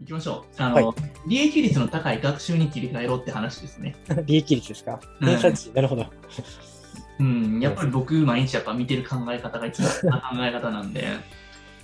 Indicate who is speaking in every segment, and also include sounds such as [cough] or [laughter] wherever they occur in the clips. Speaker 1: 行きましょう。あの、
Speaker 2: は
Speaker 1: 利益率の高い学習に切り替えろって話ですね。
Speaker 2: 利益率ですか
Speaker 1: うん
Speaker 2: 偏差値、なるほど。
Speaker 1: うん、やっぱり僕、毎日やっぱ見てる考え方が一番な考え方なんで、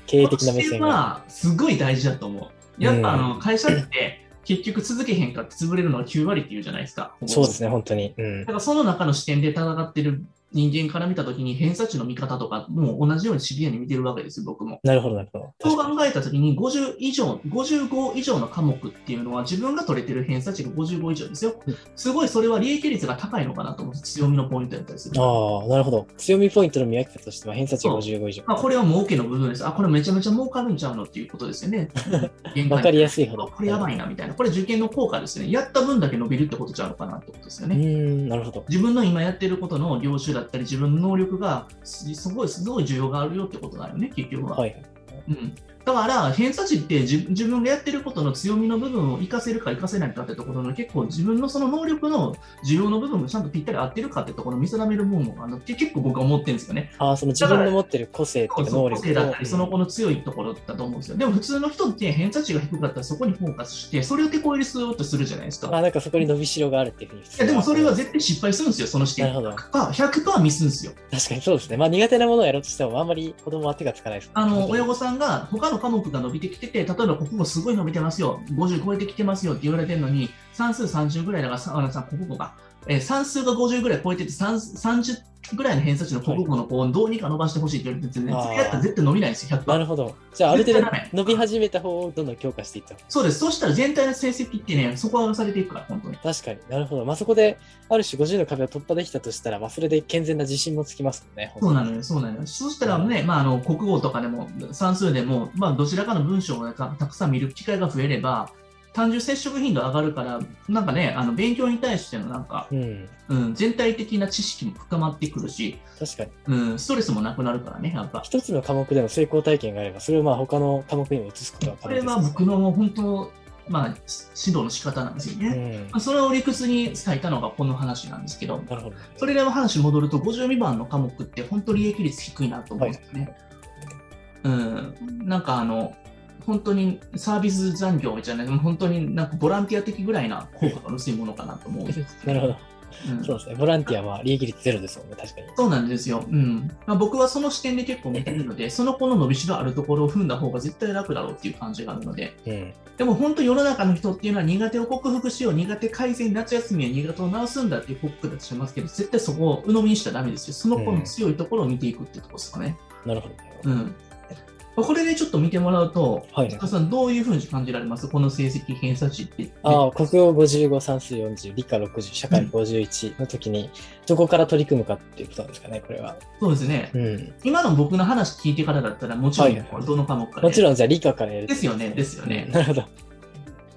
Speaker 2: 経営的な目線が。
Speaker 1: はすごい大事だと思う。やっぱあの会社って結局続けへんかって潰れるのは9割っていうじゃないですか。
Speaker 2: そうです
Speaker 1: ね。
Speaker 2: ね、本当に。うん
Speaker 1: だか。らその中の視点で戦ってる人間から見たときに偏差値の見方とかもう同じようにシビアに見てるわけですよ、僕も。
Speaker 2: なるほど、なるほど。
Speaker 1: そう
Speaker 2: 確かに
Speaker 1: 考えたときに50以上、55以上の科目っていうのは自分が取れてる偏差値が55以上ですよ
Speaker 2: うん。
Speaker 1: すごいそれは利益率が高いのかなと思って強みのポイントだったりする。
Speaker 2: ああ、なるほど。強みポイントの見分け方としては偏差値55以上。
Speaker 1: まあ、これは儲けの部分です。あ、これめちゃめちゃ儲かるんちゃうのっていうことですよね。
Speaker 2: [laughs] わかりやすいほど。
Speaker 1: これやばいなみたいな。これ受験の効果ですね。やった分だけ伸びるってことちゃうのかなってことですよ
Speaker 2: うー
Speaker 1: ね。
Speaker 2: ん、なるほど。
Speaker 1: 自分の今やってることの業種だったり、自分の能力がすすごい、すごい需要があるよってことだよね、結局は。
Speaker 2: はい。
Speaker 1: うん、だから、偏差値って自自分がやってることの強みの部分を活かせるか活かせないかってところの結構自分のその能力の需要の部分がちゃんとぴったり合ってるかってところを見定めるものがあのけ結構僕は思ってるんですよね。
Speaker 2: ああ、その自分の持ってる個性って
Speaker 1: そ
Speaker 2: いううか
Speaker 1: そう
Speaker 2: 能
Speaker 1: 個
Speaker 2: 力
Speaker 1: 性だったり、
Speaker 2: を
Speaker 1: その子の強いところだと思うんですよ。でも普通の人って偏差値が低かったらそこにフォーカスして、それを手こ入れしようとするじゃないです
Speaker 2: あ
Speaker 1: か。
Speaker 2: あ、なんかそこに伸びしろがあるっていうふうに。
Speaker 1: いやでもそれは絶対失敗するんですよ、その視点。
Speaker 2: なるほど
Speaker 1: 100%, 100ミスんですよ。
Speaker 2: 確かにそうですね。まあ苦手なものをやろうとしても、あんまり子供は手がつかないです、ね。
Speaker 1: あの親
Speaker 2: ご
Speaker 1: 御さんが他の科目が伸びてきてて、例えば国語すごい伸びてますよ、50超えてきてますよって言われてるのに、算数30ぐらいだから、さあのさ国語が、えー算数が50ぐらい超えてて、算30ぐらいの偏差値の国語の子をどうにか伸ばしてほしいって言われてて、ね
Speaker 2: はい
Speaker 1: それやったら絶対伸びないんですよ、100%。
Speaker 2: なるほど。じゃあある程
Speaker 1: 絶
Speaker 2: 度
Speaker 1: 対ダメ
Speaker 2: 伸び始めた方をどんどん強化していった。
Speaker 1: そうです。そうしたら全体の成績ってね、底上がされていくから、本当に。
Speaker 2: 確かになるほど。まあそこで、ある種50の壁を突破できたとしたら、まあそれで健全な自信もつきますもんね。
Speaker 1: そうなのよ、そうなのよ。そしたらね、まあ、あの国語とかでも算数でも、まあ、どちらかの文章をたたくさん見る機会が増えれば、単純接触頻度上がるから、なんかね、あの勉強に対してのなんか、
Speaker 2: うん。
Speaker 1: うん、全体的な知識も深まってくるし、
Speaker 2: 確かに。
Speaker 1: うん、ストレスもなくなるからね、やっぱ。
Speaker 2: 一つの科目での成功体験があれば、それをまあ他の科目にも移すことが
Speaker 1: こ
Speaker 2: 可能で
Speaker 1: れ
Speaker 2: す、
Speaker 1: は僕の本当、まあ、し指導の仕方なんですよ
Speaker 2: う
Speaker 1: ね。
Speaker 2: ん。
Speaker 1: まあそれを理屈に伝えたのがこの話なんですけど、
Speaker 2: なるほど。
Speaker 1: それらの話戻ると52番の科目って本当利益率低いなと思うんですよね。うん、なんかあの本当にサービス残業じゃない本当になんかボランティア的ぐらいな効果が薄いものかなと思う。
Speaker 2: [laughs] なるほど。
Speaker 1: うん
Speaker 2: そうですね。ボランティアは利益率ゼロですもんね、確かに。
Speaker 1: そうなんですよ、うんまあ、僕はその視点で結構見てるので、その子の伸びしろあるところを踏んだ方が絶対楽だろうっていう感じがあるので、
Speaker 2: うん。
Speaker 1: でも本当、世の中の人っていうのは苦手を克服しよう、苦手改善、夏休みは苦手を治すんだっていう克服だとしますけど、絶対そこを鵜呑みにしちゃだめですよ、その子の強いところを見ていくってとこですかね。
Speaker 2: なるほど。
Speaker 1: うんこれでちょっと見てもらうと、
Speaker 2: はい
Speaker 1: 石川さん、どういうふうに感じられますこの成績偏差値って。
Speaker 2: ああ、国語55、算数40、理科60、社会51の時に、どこから取り組むかっていうことなんですかね、これは。
Speaker 1: そうですね
Speaker 2: う。ん。
Speaker 1: 今の僕の話聞いてからだったら、もちろ
Speaker 2: はいはい
Speaker 1: ん、どの科目かで。
Speaker 2: もちろん、じゃあ理科からやる。
Speaker 1: ですよね、ですよね。
Speaker 2: なるほど。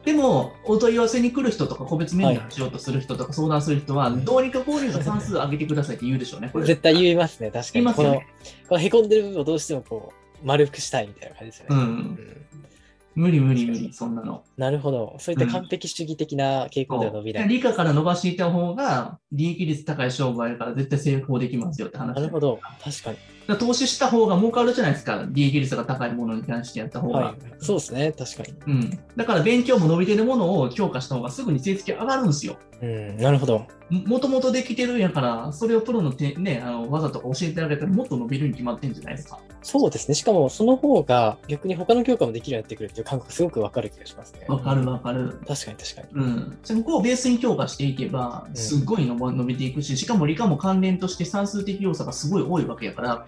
Speaker 1: でも、お問い合わせに来る人とか、個別面談しようとする人とか、相談する人は、
Speaker 2: うん
Speaker 1: どうにかこうにか算数上げてくださいって言うでしょうね、これ。
Speaker 2: 絶対言いますね、確か
Speaker 1: 言い
Speaker 2: に。
Speaker 1: ます
Speaker 2: こ
Speaker 1: よ
Speaker 2: の、
Speaker 1: ね
Speaker 2: この凹んでる部分をどうしてもこう、丸くしたいみたいな感じですよ
Speaker 1: う
Speaker 2: ね。
Speaker 1: ん。
Speaker 2: ん
Speaker 1: 無理無理無理、そんなの。
Speaker 2: なるほど。そういった完璧主義的な傾向では伸びない。
Speaker 1: 理科から伸ばしていた方が、利益率高い商売だから絶対成功できますよって話。
Speaker 2: なるほど。確かに。
Speaker 1: だから投資した方が儲かるじゃないですか、利益率が高いものに関してやった方が。
Speaker 2: はい。そうですね、確かに。
Speaker 1: うん、だから勉強も伸びてるものを強化した方がすぐに成績上がるんですよ。
Speaker 2: うん、なるほど。
Speaker 1: ももともとできてるんやから、それをプロのて、ね、あの技とか教えてあげたらもっと伸びるに決まってるんじゃないですか。
Speaker 2: そうですね。しかも、その方が逆に他の教科もできるようになってくるっていう感覚、すごくわかる気がしますね。
Speaker 1: わかるわかる。
Speaker 2: 確かに確かに。
Speaker 1: うん、そこをベースに強化していけば、
Speaker 2: ん
Speaker 1: すごいのば伸びていくし、しかも理科も関連として算数的要素がすごい多いわけやから、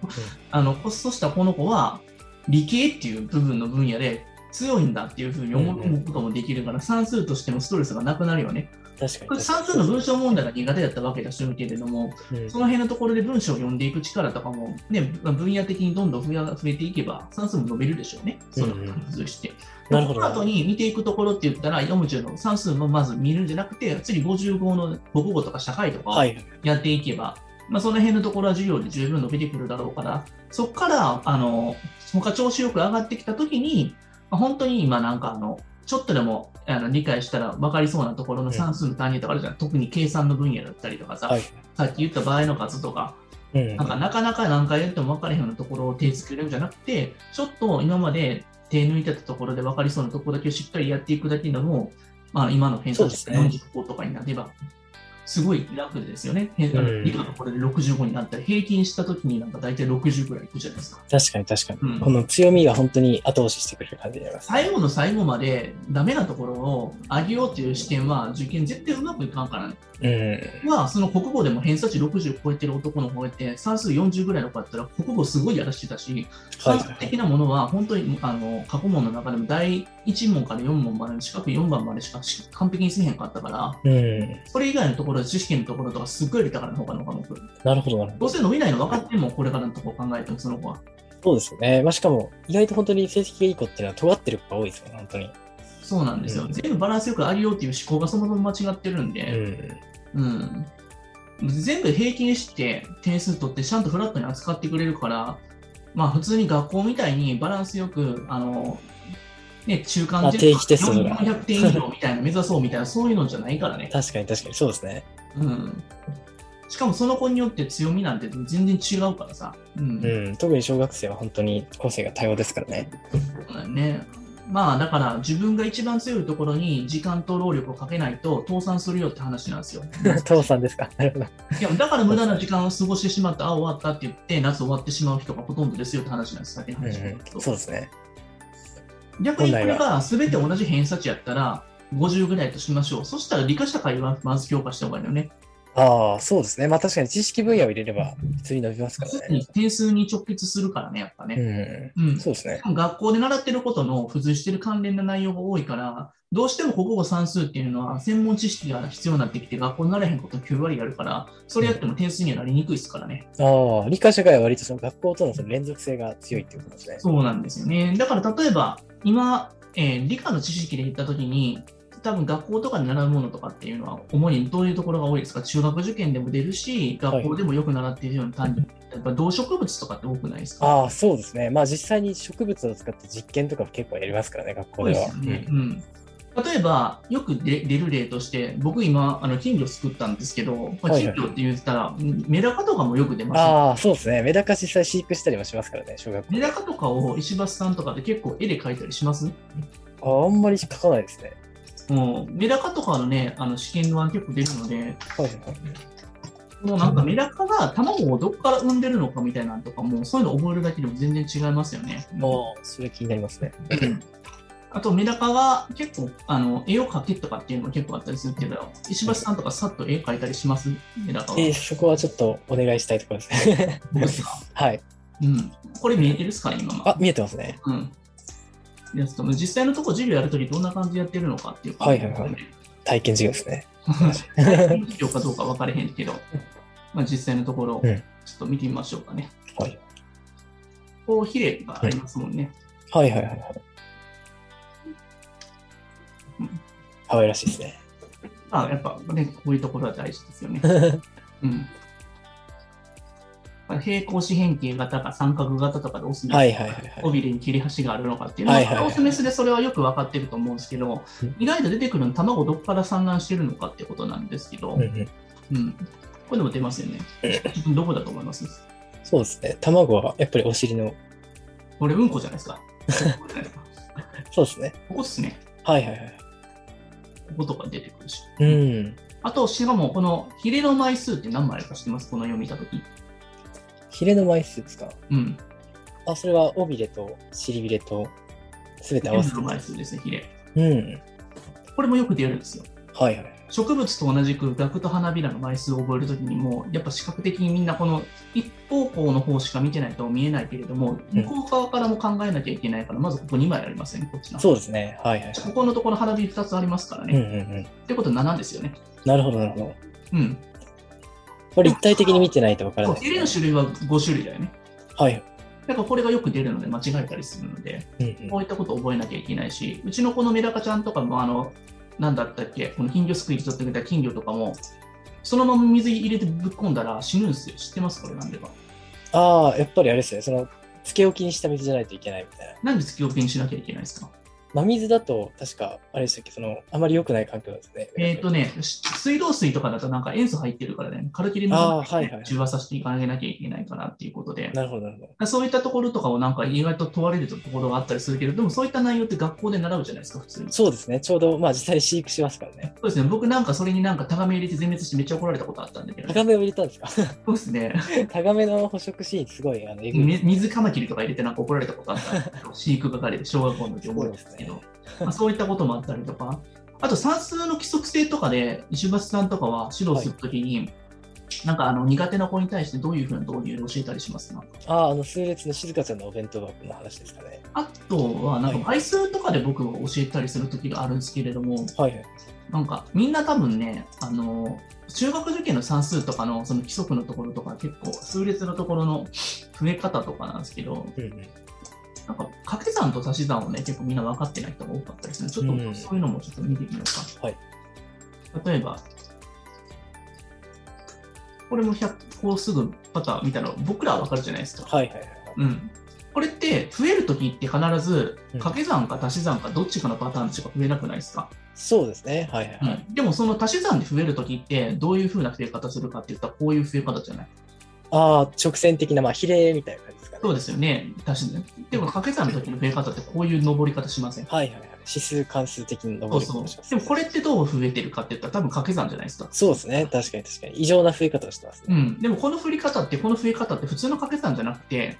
Speaker 1: あのこそうしたこの子は理系っていう部分の分野で強いんだっていうふうに思
Speaker 2: うんう
Speaker 1: うこともできるから、算数としてもストレスがなくなるよね。
Speaker 2: 確かに
Speaker 1: これ算数の文章問題が苦手だったわけだしけれども、
Speaker 2: うん
Speaker 1: その辺のところで文章を読んでいく力とかも、ね、分野的にどんどん増や増えていけば、算数も伸びるでしょうね、その
Speaker 2: うんうん
Speaker 1: 数して。
Speaker 2: なるほ
Speaker 1: この後
Speaker 2: ど。
Speaker 1: に見ていくところって言ったら、40の算数もまず見るんじゃなくて、次55の国語とか社会とかを
Speaker 2: はい。
Speaker 1: やっていけば、まあ、その辺のところは授業で十分伸びてくるだろうから、そこから、あの、他調子よく上がってきたときに、まあ本当に今なんかあの、ちょっとでもあの理解したら分かりそうなところの算数の単位とかあるじゃん、特に計算の分野だったりとかさ、
Speaker 2: はい。
Speaker 1: さっき言った場合の数とか、
Speaker 2: うん
Speaker 1: なんかなかなか何回やっても分からへんようなところを手つけるんじゃなくて、ちょっと今まで手抜いてたところで分かりそうなところだけをしっかりやっていくだけでも、まあ、今の偏差値が
Speaker 2: そうで
Speaker 1: 40個とかになれば、すごい楽ですよね。偏
Speaker 2: う
Speaker 1: 差
Speaker 2: ん
Speaker 1: 理科のこれで65になったら、平均したときになんか大体60ぐらいいくじゃないですか。
Speaker 2: 確かに確かに。
Speaker 1: うん
Speaker 2: この強みが本当に後押ししてくれる感じになります。
Speaker 1: 最後の最後までダメなところを上げようという視点は受験絶対うまくいかんからね。
Speaker 2: うん。
Speaker 1: まあ、その国語でも偏差値60超えてる男の方って算数40ぐらいの子だったら国語すごいやらしてたし、
Speaker 2: はい
Speaker 1: 算数的なものは本当にあの過去問の中でも第1問から4問までの四角い4番までしか完璧にせへんかったから、
Speaker 2: うん。
Speaker 1: それ以外のところ、知識のところとかすっごい入れたからね、他の科目。
Speaker 2: なるほど、なるほど。
Speaker 1: どうせ伸びないの分かっても、これからのところ考えても、その子は。
Speaker 2: そうですよね。まあ、しかも、意外と本当に成績がいい子っていうのは尖ってる子が多いですよね、本当に。
Speaker 1: そうなんですよ。
Speaker 2: うん
Speaker 1: 全部バランスよくありようっていう思考がそもそも間違ってるんで。
Speaker 2: うん。
Speaker 1: うん、全部平均して点数取ってちゃんとフラットに扱ってくれるから、まあ、普通に学校みたいにバランスよくあの、ね、中間
Speaker 2: あ定期テストとか
Speaker 1: 400点以上みたいな目指そうみたいなそういうのじゃないからね、
Speaker 2: 確かに確かに、そうですね。
Speaker 1: うん、しかもその子によって強みなんて全然違うからさ、うん
Speaker 2: うん。特に小学生は本当に個性が多様ですからね。 [laughs]
Speaker 1: そうだよねまあだから自分が一番強いところに時間と労力をかけないと倒産するよって話なんですよ。
Speaker 2: 父さんですか。な [laughs] るほど。
Speaker 1: いやだから無駄な時間を過ごしてしまって、あ、終わったって言って、夏終わってしまう人がほとんどですよって話なんです、先の
Speaker 2: うん
Speaker 1: 話なん
Speaker 2: う
Speaker 1: で
Speaker 2: ん
Speaker 1: すけど。
Speaker 2: そうですね。
Speaker 1: 逆にこれが全て同じ偏差値やったら、50ぐらいとしましょう。そしたら理科社会はまず強化した方がいいよね。
Speaker 2: ああ、そうですね。まあ確かに知識分野を入れれば普通に伸びますか
Speaker 1: す
Speaker 2: ら
Speaker 1: でに
Speaker 2: ね。
Speaker 1: 点数に直結するからね、やっぱね。
Speaker 2: う
Speaker 1: うん
Speaker 2: ん。。そうですね。
Speaker 1: 学校で習ってることの付随してる関連な内容が多いから、どうしても国語算数っていうのは専門知識が必要になってきて、学校になれへんこと9割やるから、それやっても点数にはなりにくいですからね。
Speaker 2: ああ、理科社会は割とその学校とのその連続性が強いっていうことですね。
Speaker 1: そうなんですよね。だから例えば、今、えー理科の知識で言ったときに、多分学校とかで習うものとかっていうのは、主にどういうところが多いですか中学受験でも出るし、学校でもよく習っているような単に、やっぱ動植物とかって多くないですか
Speaker 2: ああ、そうですね。まあ実際に植物を使った実験とかも結構やりますからね、学校
Speaker 1: 多い
Speaker 2: で
Speaker 1: で
Speaker 2: は。
Speaker 1: すよね。うん例えば、よくで出る例として、僕今、あの金魚作ったんですけど、まあ、
Speaker 2: はい
Speaker 1: 金
Speaker 2: はい
Speaker 1: 魚って言ったら、うんメダカとかもよく出
Speaker 2: う
Speaker 1: ま
Speaker 2: ん
Speaker 1: すよね
Speaker 2: ああ、そうですね。メダカ実際飼育したりもしますからね、小学校。
Speaker 1: メダカとかを石橋さんとかで結構絵で描いたりします
Speaker 2: ああんまり書かないですね。
Speaker 1: もうメダカとかのね、あの試験の案結構出るので、
Speaker 2: はいはいはい。
Speaker 1: もうなんかメダカが卵をどこから産んでるのかみたいなのとかもそういうの覚えるだけでも全然違いますよね。
Speaker 2: ああ、それ気になりますね。
Speaker 1: あとメダカが結構あの絵を描けとかっていうのも結構あったりするけど石橋さんとかさっと絵描いたりしますメダカは。
Speaker 2: えーそこはちょっとお願いしたいところですね。
Speaker 1: どうですか
Speaker 2: [laughs] はい。
Speaker 1: うん、これ見えてるっすか今の。
Speaker 2: あ、見えてますね。
Speaker 1: うんいやちょっと実際のとこ授業やるときどんな感じでやってるのかっていうか、
Speaker 2: はいはいはい体験授業ですね。
Speaker 1: [laughs] 授業かどうか分かれへんけど、まあ、実際のところ、
Speaker 2: う
Speaker 1: ちょ
Speaker 2: ん
Speaker 1: っと見てみましょうかね。
Speaker 2: はい。
Speaker 1: こう比例がありますもんね。
Speaker 2: はいはいはいはい
Speaker 1: うん。
Speaker 2: 可愛らしいです [laughs] ね。
Speaker 1: まあ、やっぱね、こういうところは大事ですよね。うん。まあ平行四辺形型か三角型とかでおすすめ
Speaker 2: はいはいはいはい
Speaker 1: 尾びれに切れ端があるのかっていうの
Speaker 2: はいはいは
Speaker 1: は、お
Speaker 2: い
Speaker 1: すすめすでそれはよく分かってると思うんですけど
Speaker 2: うん、
Speaker 1: 意外と出てくるの卵どこから産卵してるのかってことなんですけど
Speaker 2: うん、うん
Speaker 1: うん。これでも出ますよね。どこだと思います
Speaker 2: そうですね。卵はやっぱりお尻の。
Speaker 1: これうんこじゃ
Speaker 2: [laughs]
Speaker 1: ないですか。
Speaker 2: そうですね。
Speaker 1: ここっすね。
Speaker 2: はいはいはい。
Speaker 1: こことか出てくるし。
Speaker 2: うん。
Speaker 1: あと、しかも、このヒレの枚数って何枚あるか知ってますこの読みたとき。
Speaker 2: ヒレの枚数ですか
Speaker 1: うん。
Speaker 2: あ、それは尾びれと尻びれと全て合わ
Speaker 1: 全
Speaker 2: せて
Speaker 1: 部の。枚数ですね、ヒレ。
Speaker 2: うん。
Speaker 1: これもよく出るんですよ。
Speaker 2: はいはい。
Speaker 1: 植物と同じくガクと花びらの枚数を覚えるときにも、やっぱ視覚的にみんなこの一方向の方しか見てないと見えないけれども、
Speaker 2: う
Speaker 1: 向
Speaker 2: ん
Speaker 1: こう側からも考えなきゃいけないから、まずここ2枚ありますよね、こっちの。
Speaker 2: そうですね。はいはい。
Speaker 1: ここのところ花びら2つありますから
Speaker 2: うんうん
Speaker 1: ね。
Speaker 2: うん。
Speaker 1: ってことは7ですよね。
Speaker 2: なるほどなるほど。
Speaker 1: うん。
Speaker 2: これ立体的に見てないとわから
Speaker 1: そう
Speaker 2: ない
Speaker 1: 手入れの
Speaker 2: ですね。
Speaker 1: 種類は5種類だよね。
Speaker 2: はい。
Speaker 1: だからこれがよく出るので間違えたりするので、
Speaker 2: うん
Speaker 1: こういったことを覚えなきゃいけないし、うちのこのメダカちゃんとかも、あの、なんだったっけ、この金魚すくいで取ってくれた金魚とかも、そのまま水入れてぶっ込んだら死ぬんですよ。知ってますこれなんでか。
Speaker 2: ああ、やっぱりあれですね。その、つけ置きにした水じゃないといけないみたいな。
Speaker 1: なんで月を気にしなきゃいけないんですか
Speaker 2: 真水だと、確か、あれでしたっけ、その、あまり良くない環境なんですね。
Speaker 1: えっ、とね、し水道水とかだとなんか塩素入ってるからね、軽きり
Speaker 2: あ
Speaker 1: も
Speaker 2: あ、はいはい。
Speaker 1: 中和させていかなきゃいけないかなっていうことで、
Speaker 2: なるほど、なるほど。
Speaker 1: そういったところとかをなんか意外と問われるところがあったりするけれども、そういった内容って学校で習うじゃないですか、普通に。そ
Speaker 2: そうですね。ちょうど、まあ、実際に飼育しますからね。
Speaker 1: うですね、僕なんかそれになんかタガメ入れて全滅してめっちゃ怒られたことあったんだけど、
Speaker 2: タガメを入れたんですか [laughs]
Speaker 1: そうですね、
Speaker 2: タガメの捕食シーン、すごい、あの、えぐい。
Speaker 1: み水カマキリとか入れてなんか怒られたことあったんですけ [laughs] ど飼育係で小学校の時覚えてるんですけど、まあ、そういったこともあったりとか、あと算数の規則性とかで、石橋さんとかは指導するときに、なんかあの苦手な子に対してどういうふうな導入で教えたりしますか
Speaker 2: ああ、あの、数列の静香ちゃんのお弁当箱の話ですかね。
Speaker 1: あとは、なんか倍数とかで僕は教えたりする時があるんですけれども、
Speaker 2: はいはい。
Speaker 1: なんかみんな多分ね、あの中学受験の算数とかのその規則のところとか、結構数列のところの増え方とかなんですけど、
Speaker 2: うんうん。
Speaker 1: なんか掛け算と足し算をね、結構みんな分かってない人が多かったりするちょっ
Speaker 2: うん
Speaker 1: とそういうのもちょっと見てみようか。
Speaker 2: はい
Speaker 1: 例えば、これも100個すぐパターン見たら僕らは分かるじゃないですか。
Speaker 2: はいはいはい。
Speaker 1: うん、これって増えるときって必ず
Speaker 2: うん
Speaker 1: 掛け算か足し算かどっちかのパターンしか増えなくないですか、
Speaker 2: そうですね。はいはいはい。
Speaker 1: うんでもその足し算で増えるときってどういうふうな増え方するかっていったらこういう増え方じゃない
Speaker 2: ああ、直線的な、まあ、比例みたいな感じですかね。
Speaker 1: そうですよね足し算でも掛け算のときの増え方ってこういう上り方しません
Speaker 2: はいはいはい。指数関数的に
Speaker 1: そ
Speaker 2: 上
Speaker 1: う
Speaker 2: り方
Speaker 1: そ
Speaker 2: を
Speaker 1: う
Speaker 2: します
Speaker 1: でもこれってどう増えてるかっていったら多分掛け算じゃないですか
Speaker 2: そうですね。確かに確かに。異常な増え方をしてます
Speaker 1: う
Speaker 2: ね。
Speaker 1: ん、でもこの振り方ってこの増え方って普通の掛け算じゃなくて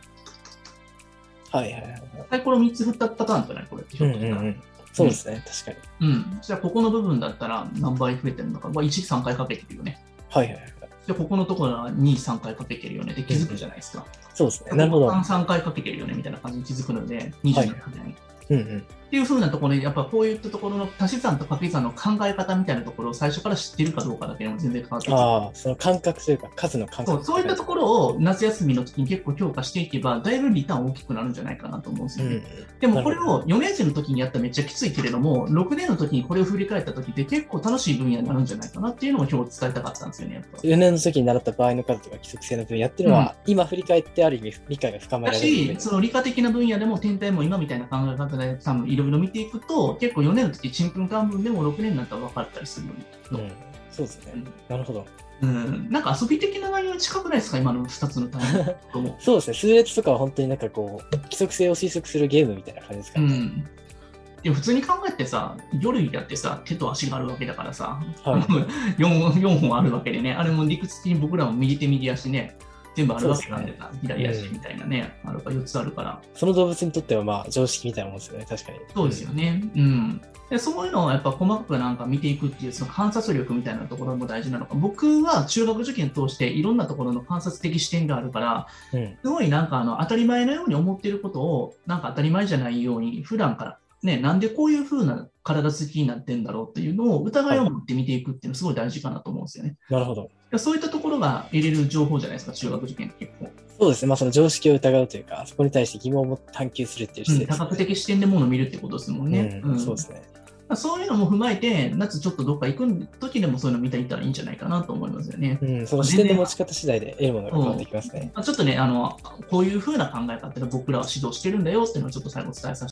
Speaker 2: はいはいはい。
Speaker 1: サイコロ3つ振ったパターンじゃないこれってひょっとしたら
Speaker 2: ん。そうですね。確か
Speaker 1: うんじゃあここの部分だったら何倍増えてるのか、まあ、13回かけてるよね
Speaker 2: に。はいはいはい。
Speaker 1: で、ここのところは2、3回かけてるよねって気づくじゃないですか。
Speaker 2: そうですね。なるほど。
Speaker 1: 3、3回かけてるよねみたいな感じに気づくので、2
Speaker 2: はい
Speaker 1: 3回じゃない。っ
Speaker 2: うんうん。
Speaker 1: ていう風なところに、やっぱこういったところの足し算と掛け算の考え方みたいなところを最初から知ってるかどうかだけでも全然変わってくる。
Speaker 2: ああ、その感覚というか、数の感
Speaker 1: そう
Speaker 2: 覚。
Speaker 1: そういったところを夏休みの時に結構強化していけば、だいぶリターン大きくなるんじゃないかなと思うんです
Speaker 2: う
Speaker 1: よ
Speaker 2: ん
Speaker 1: ね。
Speaker 2: うん。
Speaker 1: でもこれを4年生の時にやったらめっちゃきついけれども、6年の時にこれを振り返った時って結構楽しい分野になるんじゃないかなっていうのを今日伝えたかったんですよね、やっぱ。
Speaker 2: 4年の時に習った場合の数とか規則性の分野っていうのは、今振り返ってある意味理解が深ま
Speaker 1: だ
Speaker 2: られる
Speaker 1: し
Speaker 2: 上、で。
Speaker 1: その理科的な分野でも天体も今みたいな考え方で多分いろいろ見ていくと、結構4年の時、ちんぷんかんぷんでも6年になったら分かったりするよ
Speaker 2: う
Speaker 1: ね
Speaker 2: ん。そうですね。なるほど。
Speaker 1: うん、なんか遊び的な内容に近くないですか、今の2つの単語と
Speaker 2: [laughs]
Speaker 1: も。
Speaker 2: そうですね。数列とかは本当になんかこう、規則性を推測するゲームみたいな感じですか
Speaker 1: う
Speaker 2: らね。
Speaker 1: んでも普通に考えてさ、魚類だってさ、手と足があるわけだからさ、
Speaker 2: はい。
Speaker 1: [laughs] 4, 4本あるわけでね、あれも理屈的に僕らも右手右足ね、全部あるわけなんでさ、左足みたいなね、あるか4つあるから、
Speaker 2: その動物にとってはまあ常識みたいなもんですよね。確かに。
Speaker 1: そうですよね。うん。でそういうのをやっぱ細かくなんか見ていくっていうその観察力みたいなところも大事なのか僕は中学受験通していろんなところの観察的視点があるから
Speaker 2: うん。うん。
Speaker 1: すごいなんかあの当たり前のように思っていることをなんか当たり前じゃないように普段から、ね、なんでこういう風な体つきになってんだろうっていうのを疑いを持って見ていくっていうのすごい大事かなと思うんですよね。
Speaker 2: なるほど。
Speaker 1: でそういったところが得れる情報じゃないですか中学受験って結構。
Speaker 2: そうですね。まあその常識を疑うというか、そこに対して疑問を探求するっていう
Speaker 1: うん
Speaker 2: 姿勢です
Speaker 1: 多
Speaker 2: ね、
Speaker 1: 角的視点でものを見るってことですもんね。
Speaker 2: うん
Speaker 1: ん
Speaker 2: そうですね。
Speaker 1: まあそういうのも踏まえて、夏ちょっとどっか行く時でもそういうの見ていったらいいんじゃないかなと思いますよね。
Speaker 2: うん、その視点の持ち方次第で得るものが変わってきますね。
Speaker 1: まあちょっとね、あのこういう風な考え方で僕らは指導してるんだよっていうのをちょっと最後伝えさせて